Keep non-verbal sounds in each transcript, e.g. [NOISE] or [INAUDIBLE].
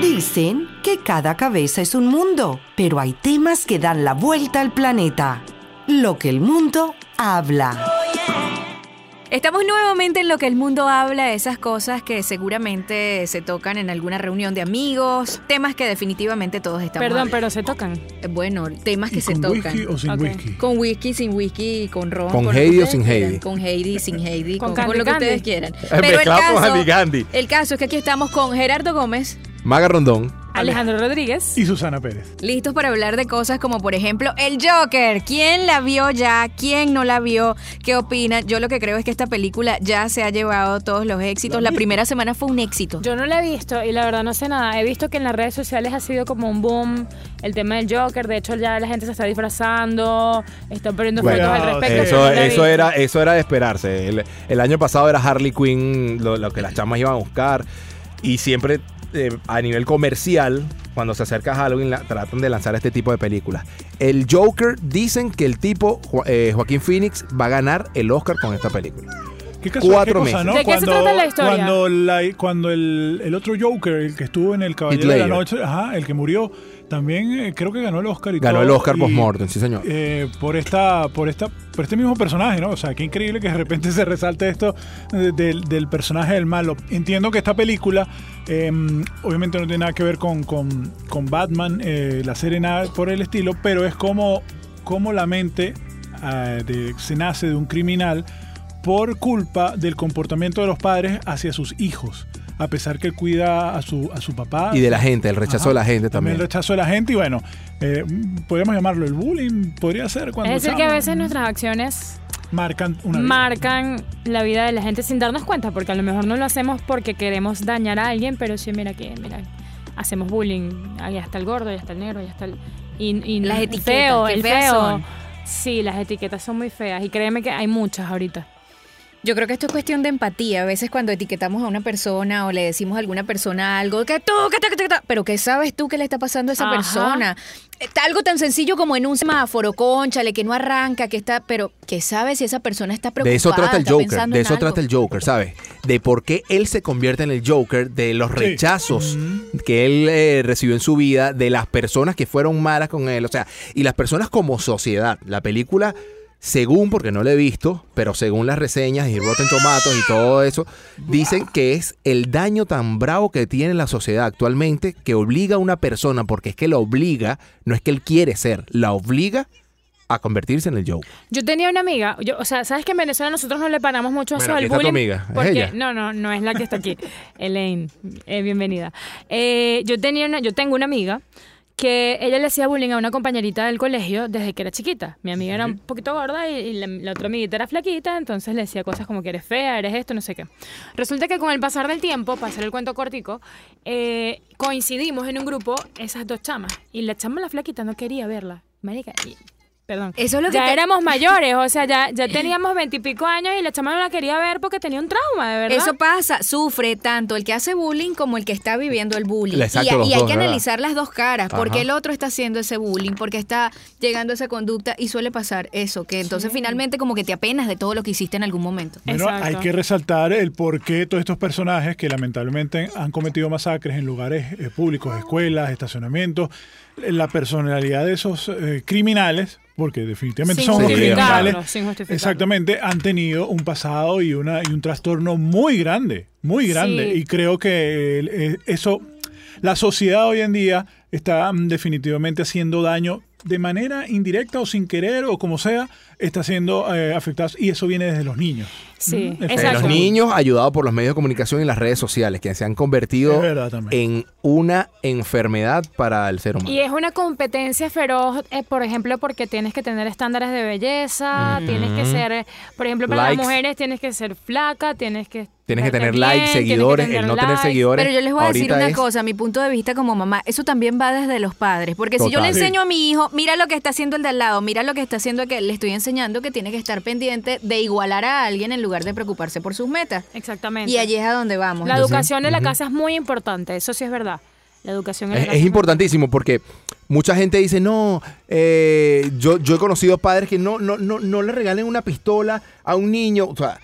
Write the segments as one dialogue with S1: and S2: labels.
S1: Dicen que cada cabeza es un mundo, pero hay temas que dan la vuelta al planeta. Lo que el mundo habla.
S2: Estamos nuevamente en lo que el mundo habla, esas cosas que seguramente se tocan en alguna reunión de amigos, temas que definitivamente todos estamos.
S3: Perdón,
S2: hablando.
S3: pero se tocan.
S2: Bueno,
S3: Ah,
S2: temas que
S4: ¿Y
S2: se
S4: con
S2: tocan.
S4: whisky o sin
S3: Ok.
S4: whisky?
S2: Con whisky, sin whisky, con ron.
S5: ¿Con
S2: lo que
S5: Heidi o
S2: ustedes
S5: sin
S2: quieran,
S5: Heidi?
S2: Con Heidi, sin Heidi,
S3: Con
S2: con,
S3: Candy
S2: con lo que
S3: Candy.
S2: ustedes quieran.
S5: Mezclado con Candy Candy.
S2: el caso es que aquí estamos con Gerardo Gómez,
S5: Maga Rondón.
S3: Alejandro Rodríguez.
S4: Y Susana Pérez.
S2: listos para hablar de cosas como, por ejemplo, el Joker. ¿Quién la vio ya? ¿Quién no la vio? ¿Qué opina? Yo lo que creo es que esta película ya se ha llevado todos los éxitos. La primera semana fue un éxito.
S3: Yo no la he visto y la verdad no sé nada. He visto que en las redes sociales ha sido como un boom el tema del Joker. De hecho, ya la gente se está disfrazando, están poniendo
S5: Bueno,
S3: fotos al
S4: eh,
S3: respecto. pero
S5: Eso,
S3: no la he
S5: eso,
S3: visto.
S5: era, eso era de esperarse. El, el año pasado era Harley Quinn lo, lo que las chamas iban a buscar. Y siempre eh, a nivel comercial, cuando se acerca Halloween, la- tratan de lanzar este tipo de películas. El Joker, dicen que el tipo, Jo- eh, Joaquín Phoenix, va a ganar el Oscar con esta película.
S4: Qué casual-
S5: Cuatro
S4: qué cosa,
S5: meses.
S4: ¿no?
S3: ¿De qué se
S4: cuando,
S3: trata la historia?
S4: Cuando, la- cuando el, el otro Joker, el que estuvo en El Caballero de la
S5: Ledger.
S4: Noche, ajá, el que murió, también eh, creo que ganó el Oscar. Y
S5: Ganó
S4: todo,
S5: el Oscar
S4: y,
S5: post-mortem, sí señor.
S4: eh, por esta, por esta, por este mismo personaje, ¿no? O sea, qué increíble que de repente [LAUGHS] se resalte esto de- del- del personaje del malo. Entiendo que esta película, eh, obviamente no tiene nada que ver con, con- con Batman, eh, la serie nada por el estilo, pero es como, como la mente ah, de- se nace de un criminal por culpa del comportamiento de los padres hacia sus hijos. A pesar que él cuida a su, a su papá.
S5: Y de la gente, el rechazo
S4: Ajá.
S5: de la gente
S4: El
S5: también.
S4: rechazo de la gente y bueno, eh, podríamos llamarlo el bullying, podría ser cuando...
S3: Es decir,
S4: chamo,
S3: que a veces nuestras acciones
S4: Marcan una... vida.
S3: marcan la vida de la gente sin darnos cuenta, porque a lo mejor no lo hacemos porque queremos dañar a alguien, pero sí, mira que, mira, hacemos bullying. Ahí está el gordo, ahí está el negro, ahí está el. Y, y
S2: Las
S3: el
S2: etiquetas,
S3: feo,
S2: qué
S3: el
S2: feas
S3: feo.
S2: son.
S3: Sí, las etiquetas son muy feas y créeme que hay muchas ahorita.
S2: Yo creo que esto es cuestión de empatía. A veces cuando etiquetamos a una persona o le decimos a alguna persona algo, que tú, que tú, que tú, que tú, pero ¿qué sabes tú que le está pasando a esa
S3: Ajá.
S2: persona? Eh, Algo tan sencillo como en un semáforo, conchale, que no arranca, que está, pero ¿qué sabes si esa persona está preocupada?
S5: De eso trata el
S2: está
S5: Joker,
S2: pensando
S5: de
S2: en
S5: eso
S2: algo?
S5: trata el Joker, ¿sabes? De por qué él se convierte en el Joker, de los rechazos que él eh, recibió en su vida, de las personas que fueron malas con él, o sea, y las personas como sociedad. La película, según, porque no la he visto, pero según las reseñas y Rotten Tomatoes y todo eso, dicen que es el daño tan bravo que tiene la sociedad actualmente que obliga a una persona, porque es que la obliga, no es que él quiere ser, la obliga a convertirse en el Joker.
S3: Yo tenía una amiga, yo, o sea, sabes que en Venezuela nosotros no le paramos mucho a
S5: Bueno,
S3: eso
S5: aquí
S3: del
S5: está tu
S3: bullying.
S5: amiga, es
S3: porque-
S5: ella.
S3: No, no, no es la que está
S5: [LAUGHS]
S3: aquí. Elaine, eh, bienvenida. Eh, yo tenía una, yo tengo una amiga que ella le hacía bullying a una compañerita del colegio desde que era chiquita. Mi amiga era un poquito gorda y, y la, la otra amiguita era flaquita, entonces le decía cosas como que eres fea, eres esto, no sé qué. Resulta que con el pasar del tiempo, para hacer el cuento cortico, eh, coincidimos en un grupo esas dos chamas y la chama la flaquita no quería verla. Marica, y- perdón.
S2: Eso es lo que
S3: ya
S2: te-
S5: [LAUGHS]
S3: éramos mayores, o sea, ya, ya teníamos veintipico años y la chama no la quería ver porque tenía un trauma, de verdad.
S2: Eso pasa, sufre tanto el que hace bullying como el que está viviendo el bullying.
S5: La- exacto,
S2: y
S5: los
S2: y hay
S5: dos,
S2: que
S5: ¿verdad?
S2: analizar las dos caras, porque
S5: Ajá.
S2: el otro está haciendo ese bullying, porque está llegando a esa conducta y suele pasar eso, que entonces finalmente como que te apenas de todo lo que hiciste en algún momento.
S4: Bueno,
S3: Exacto.
S4: hay que resaltar el por qué todos estos personajes que lamentablemente han cometido masacres en lugares eh, públicos, escuelas, estacionamientos, la personalidad de esos eh, criminales, porque definitivamente
S3: Sin
S4: son unos
S5: justificarlo,
S4: criminales,
S3: sin justificarlo.
S4: exactamente han tenido un pasado y, una, y un trastorno muy grande, muy grande.
S3: Sí.
S4: Y creo que eh, eso, la sociedad hoy en día está mm, definitivamente haciendo daño. De manera indirecta o sin querer o como sea, está siendo eh, afectados y eso viene desde los niños.
S3: Sí,
S4: Ujú,
S5: de
S3: Exacto.
S5: Eh, los niños ayudados por los medios de comunicación y las redes sociales, que se han
S4: Es
S5: convertido
S4: verdad también.
S5: en una enfermedad para el ser humano.
S3: Y es una competencia feroz, eh, por ejemplo, porque tienes que tener estándares de belleza, tienes que ser, eh, por ejemplo, para
S5: Likes.
S3: las mujeres tienes que ser flaca, tienes que...
S5: tienes que
S3: verte
S5: tener
S3: bien,
S5: likes,
S3: tienes que
S5: seguidores, el no tener
S3: likes.
S5: seguidores.
S2: Pero yo les voy a decir
S5: ahorita
S2: una
S5: es-
S2: cosa, mi punto de vista como mamá, eso también va desde los padres, porque si yo le
S5: Total.
S2: enseño a mi hijo, mira lo que está haciendo el de al lado, mira lo que está haciendo aquel, le estoy enseñando que tiene que estar pendiente de igualar a alguien en lugar de preocuparse por sus metas.
S3: Exactamente.
S2: Y allí es a donde vamos.
S3: La educación en la casa es muy importante, eso sí es verdad. La educación en la
S5: Es,
S3: casa
S5: es
S3: muy-
S5: importantísimo porque mucha gente dice, no, eh, yo, yo he conocido padres que no, no, no, no le regalen una pistola a un niño. O sea,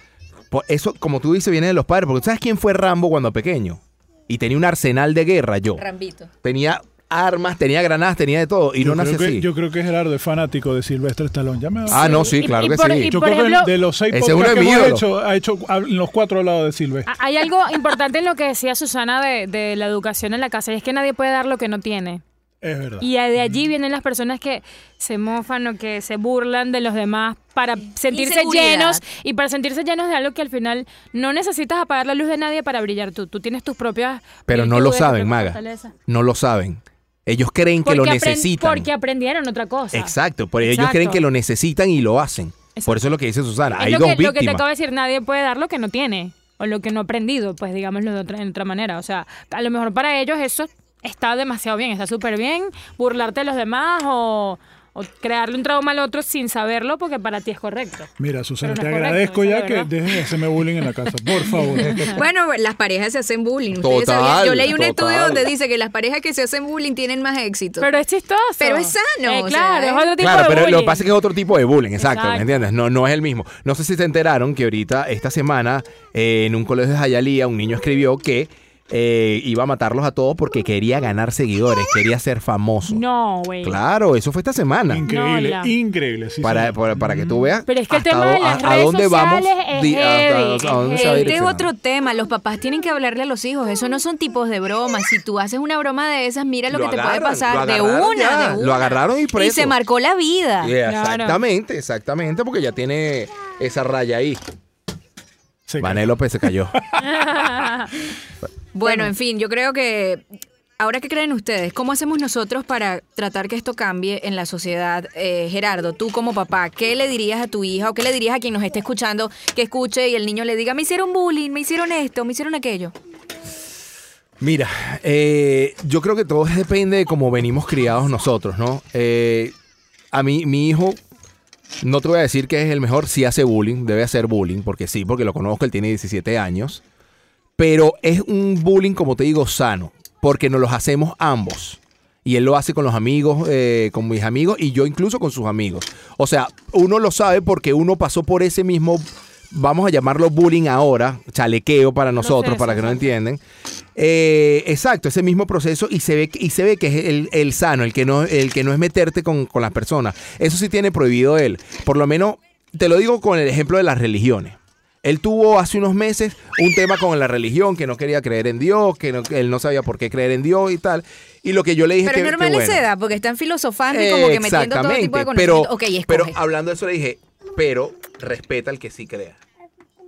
S5: por eso, como tú dices, viene de los padres. Porque ¿tú ¿sabes quién fue Rambo cuando pequeño? y tenía un arsenal de guerra yo.
S2: Rambito.
S5: Tenía armas, tenía granadas, tenía de todo y
S4: yo,
S5: no nací
S4: creo que,
S5: así.
S4: yo creo que Gerardo es fanático de Silvestre Stallone. Ya me
S5: Ah, no, sí,
S3: Y-
S5: claro
S3: y
S5: que
S3: por-
S5: sí.
S3: y
S4: Yo
S3: por
S4: creo
S3: ejemplo,
S4: que de los seis
S5: ese es
S4: podcasts que
S5: uno de mis
S4: hemos
S5: ídolos.
S4: hecho, ha hecho a- los cuatro lados de Silvestre.
S3: Ah, Hay algo importante en lo que decía Susana de, de la educación en la casa y es que nadie puede dar lo que no tiene.
S4: Es verdad.
S3: Ah. Y de allí vienen las personas que se mofan o que se burlan de los demás para sentirse
S2: Inseguridad.
S3: llenos y para sentirse llenos de algo que al final no necesitas apagar la luz de nadie para brillar tú. Tú tienes tus propias.
S5: Pero no lo
S3: virtudes,
S5: saben,
S3: tus
S5: Maga.
S3: fortalezas.
S5: No lo saben. Ellos creen que lo
S3: Porque apren-
S5: necesitan.
S3: Porque aprendieron otra cosa.
S5: Exacto, porque ellos
S3: Exacto.
S5: creen que lo necesitan y lo hacen.
S3: Exacto.
S5: Por eso es lo que dice Susana.
S3: Es
S5: Hay
S3: lo,
S5: dos
S3: que, lo que te
S5: víctimas.
S3: acabo de decir, nadie puede dar lo que no tiene o lo que no ha aprendido, pues digámoslo de otra, en otra manera. O sea, a lo mejor para ellos eso está demasiado bien, está súper bien burlarte de los demás o, o crearle un trauma al otro sin saberlo porque para ti es correcto.
S4: Mira, Susana, te
S3: Pero no es
S4: agradezco
S3: correcto,
S4: ya
S3: eso es
S4: que
S3: verdad.
S4: dejes de hacerme bullying en la casa,
S3: [LAUGHS]
S4: por favor.
S2: Bueno, las parejas se hacen bullying. Ustedes
S5: Total,
S2: sabían. Yo leí un
S5: total.
S2: estudio donde dice que las parejas que se hacen bullying tienen más éxito.
S3: Pero es chistoso.
S2: Pero es sano,
S3: Eh,
S2: o sea,
S3: claro,
S2: es-
S3: es otro tipo
S5: Claro,
S3: de
S5: pero lo que
S3: bullying.
S5: pasa es que es otro tipo de bullying, exacto, ¿me
S3: Exacto.
S5: entiendes? No, no es el mismo. No sé si se enteraron que ahorita, esta semana, eh, en un colegio de Jayalía, un niño escribió que eh, iba a matarlos a todos porque quería ganar seguidores, quería ser famoso.
S3: No, eh. güey.
S5: Claro, eso fue esta semana.
S4: increíble,
S3: No, la-
S4: increíble. sí,
S5: Para,
S4: señor.
S5: para, para que tú veas
S3: Pero es que el
S5: hasta
S3: tema de
S5: dó-
S3: las
S5: a, a
S3: redes
S5: dónde vamos,
S3: sociales es
S5: di- a- a-
S3: heavy, Eh,
S5: a dónde
S3: es
S5: se va
S3: heavy.
S2: Este es
S5: direccionando.
S2: otro tema, los papás tienen que hablarle a los hijos, eso no son tipos de bromas. Si tú haces una broma de esas, mira lo, que te puede
S5: agarran,
S2: pasar
S5: lo
S2: de
S5: agarraron
S2: una,
S5: ya,
S2: de
S5: Lo
S2: una.
S5: agarraron y
S2: Y
S5: preso.
S2: se marcó la vida.
S5: Yeah,
S3: Claro.
S5: Exactamente, exactamente, porque ya tiene esa raya ahí.
S4: Se
S5: Vanel López se cayó.
S2: Bueno, en fin, yo creo que ahora qué creen ustedes, ¿cómo hacemos nosotros para tratar que esto cambie en la sociedad? Eh, Gerardo, tú como papá, ¿qué le dirías a tu hija o qué le dirías a quien nos esté escuchando que escuche y el niño le diga, me hicieron bullying, me hicieron esto, me hicieron aquello?
S5: Mira, eh, yo creo que todo depende de cómo venimos criados nosotros, ¿no? Eh, a mí, mi hijo, no te voy a decir que es el mejor, sí hace bullying, debe hacer bullying, porque sí, porque lo conozco, él tiene 17 años, pero es un bullying, como te digo, sano, porque nos los hacemos ambos. Y él lo hace con los amigos, eh, con mis amigos y yo incluso con sus amigos. O sea, uno lo sabe porque uno pasó por ese mismo, vamos a llamarlo bullying ahora, chalequeo para nosotros,
S3: Proceso,
S5: para que no
S3: ajá.
S5: entiendan. Eh, exacto, ese mismo proceso y se ve, que- y se ve que es el, el sano, el que no, el que no es meterte con, con las personas. Eso sí tiene prohibido él. Por lo menos, te lo digo con el ejemplo de las religiones. Él tuvo hace unos meses un tema con la religión, que no quería creer en Dios, que no- que él no sabía por qué creer en Dios y tal. Y lo que yo le dije
S2: Pero
S5: que,
S2: es
S5: que
S2: normal
S5: Este, bueno.
S2: esa edad, porque están filosofando y como que metiendo todo tipo de
S5: Exactamente,
S2: conocimiento.
S5: Pero,
S2: ok, escoge.
S5: pero hablando de eso le dije, pero respeta al que sí crea.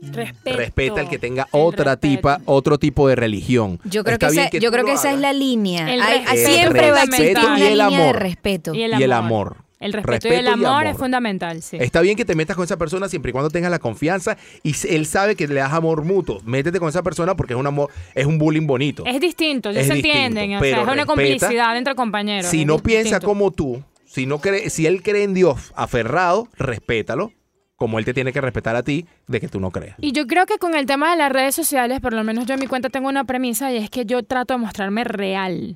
S3: Respeto.
S5: Respeta al que tenga
S3: El
S5: otra
S3: respeto.
S5: tipa, otro tipo de religión.
S2: Yo creo
S5: Está
S2: que,
S5: bien
S2: esa, yo
S5: tú
S2: creo
S5: lo
S2: que esa es
S5: hagas.
S2: la línea.
S3: El
S2: Hay-
S3: respeto.
S2: siempre va a existir
S3: Respeto
S2: una
S3: y el
S2: línea de
S5: amor.
S2: respeto.
S3: Y
S5: y
S3: el
S5: el
S3: amor.
S5: amor.
S3: El respeto, y el
S5: Respeto y
S3: amor,
S5: amor.
S3: es fundamental, sí.
S5: Está bien que te metas con esa persona siempre y cuando tengas la confianza y se- él sabe que le das amor mutuo. Métete con esa persona porque es un amor, es un bullying bonito.
S3: Es distinto, ellos
S5: Es
S3: se
S5: distinto,
S3: entienden, o sea,
S5: pero
S3: es una
S5: respeta.
S3: complicidad entre compañeros.
S5: si
S3: es
S5: no
S3: distinto.
S5: piensa como tú, si no cree, si él cree en Dios aferrado, respétalo, como él te tiene que respetar a ti de que tú no creas.
S3: Y yo creo que con el tema de las redes sociales, por lo menos yo en mi cuenta tengo una premisa y es que yo trato de mostrarme real.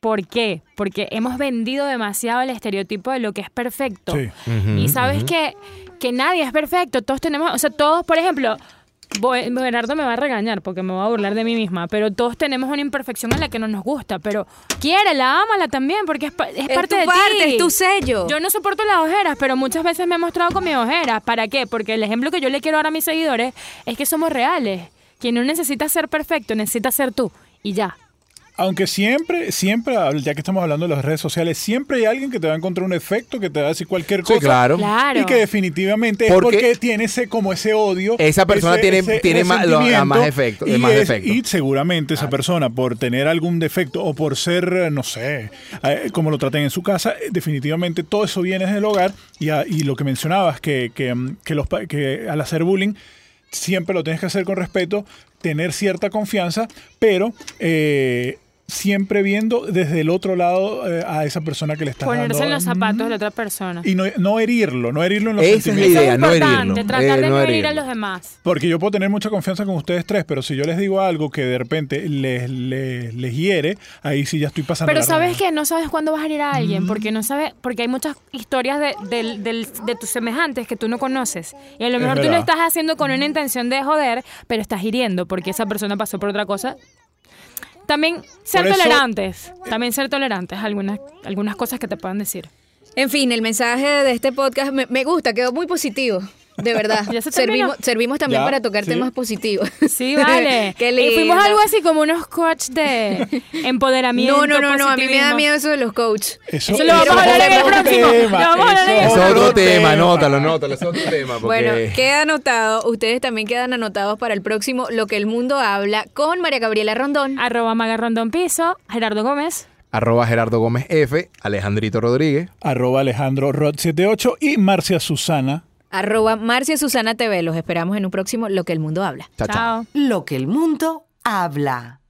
S3: ¿Por qué? Porque hemos vendido demasiado el estereotipo de lo que es perfecto.
S4: Sí.
S3: Y sabes que, que nadie es perfecto, todos tenemos, o sea, todos, por ejemplo, Bo- Bernardo me va a regañar porque me va a burlar de mí misma, pero todos tenemos una imperfección en la que no nos gusta, pero quiérela, ámala también, porque es, pa- es
S2: Es
S3: parte
S2: tu
S3: de
S2: parte,
S3: ti.
S2: es tu sello.
S3: Yo no soporto las ojeras, pero muchas veces me he mostrado con mis ojeras. ¿Para qué? Porque el ejemplo que yo le quiero dar a mis seguidores es que somos reales. Que no necesitas ser perfecto, necesitas ser tú. Y ya.
S4: Aunque siempre, siempre, ya que estamos hablando de las redes sociales, siempre hay alguien que te va a encontrar un efecto que te va a decir cualquier cosa.
S3: Claro.
S4: Y que definitivamente
S5: Porque-
S4: es porque tiene ese como ese odio.
S5: Esa persona tiene- tiene más- lo- a
S4: resentimiento,
S5: más efecto- de
S4: y
S5: más
S4: es-
S5: efecto.
S4: Y seguramente esa persona por tener algún defecto o por ser, eh, no sé, eh, como lo traten en su casa, eh, definitivamente todo eso viene desde el hogar y, a- y lo que mencionabas, que, que, mm, que los, pa- que al hacer bullying siempre lo tienes que hacer con respeto, tener cierta confianza, pero... eh, Siempre viendo desde el otro lado eh, a esa persona que le está
S3: Ponerse en
S4: dando
S3: los zapatos de la otra persona.
S4: y no, no herirlo, no herirlo en los
S5: Esa es la
S4: sentimientos.
S3: Eso es
S5: Mm. idea, no
S3: importante,
S5: herirlo.
S3: Tratar de
S5: Eh, no
S3: no herir a
S5: herirlo.
S3: los demás.
S4: Porque yo puedo tener mucha confianza con ustedes tres, pero si yo les digo algo que de repente les, les, les hiere, ahí sí ya estoy pasando.
S3: Pero
S4: la
S3: sabes
S4: raya.
S3: que no sabes cuándo vas a herir a alguien,
S2: Mm.
S3: porque no sabes, porque hay muchas historias de, del- del- de tus semejantes que tú no conoces. Y a lo
S4: Es
S3: mejor tú lo
S4: verdad.
S3: estás haciendo con una intención de joder, pero estás hiriendo, porque esa persona pasó por otra cosa. También ser
S4: Por eso-
S3: tolerantes. También ser tolerantes a algunas, algunas cosas que te puedan decir.
S2: En fin, el mensaje de este podcast me, me gusta, quedó muy positivo. De verdad.
S3: [LAUGHS] Ya se terminó.
S2: servimos, servimos también
S4: Ya,
S2: para tocar
S4: sí.
S2: temas positivos. [LAUGHS]
S3: Sí, vale.
S2: Qué
S3: Y
S2: lindo.
S3: fuimos algo así como unos coach
S2: [LAUGHS]
S3: de
S2: No,
S3: empoderamiento.
S2: no, no, no, a mí me da
S3: positivismo.
S2: miedo eso de los coaches.
S3: Eso lo vamos a hablar en el
S4: otro
S3: próximo.
S4: tema,
S3: Lo vamos a hablar en el
S5: Es
S4: eso
S5: otro, tema, anótalo, anótalo, es otro tema. Porque...
S2: Bueno, queda anotado, ustedes también quedan anotados para el próximo Lo que el mundo habla con María Gabriela Rondón.
S3: Arroba Magarrondón Piso, Gerardo Gómez.
S5: Arroba Gerardo Gómez F, Alejandrito Rodríguez.
S4: Arroba Alejandro Rod 78 y Marcia Susana.
S2: Arroba Marcia Susana TV. Los esperamos en un próximo Lo que el mundo habla.
S5: Chao, chao.
S1: Lo que el mundo habla.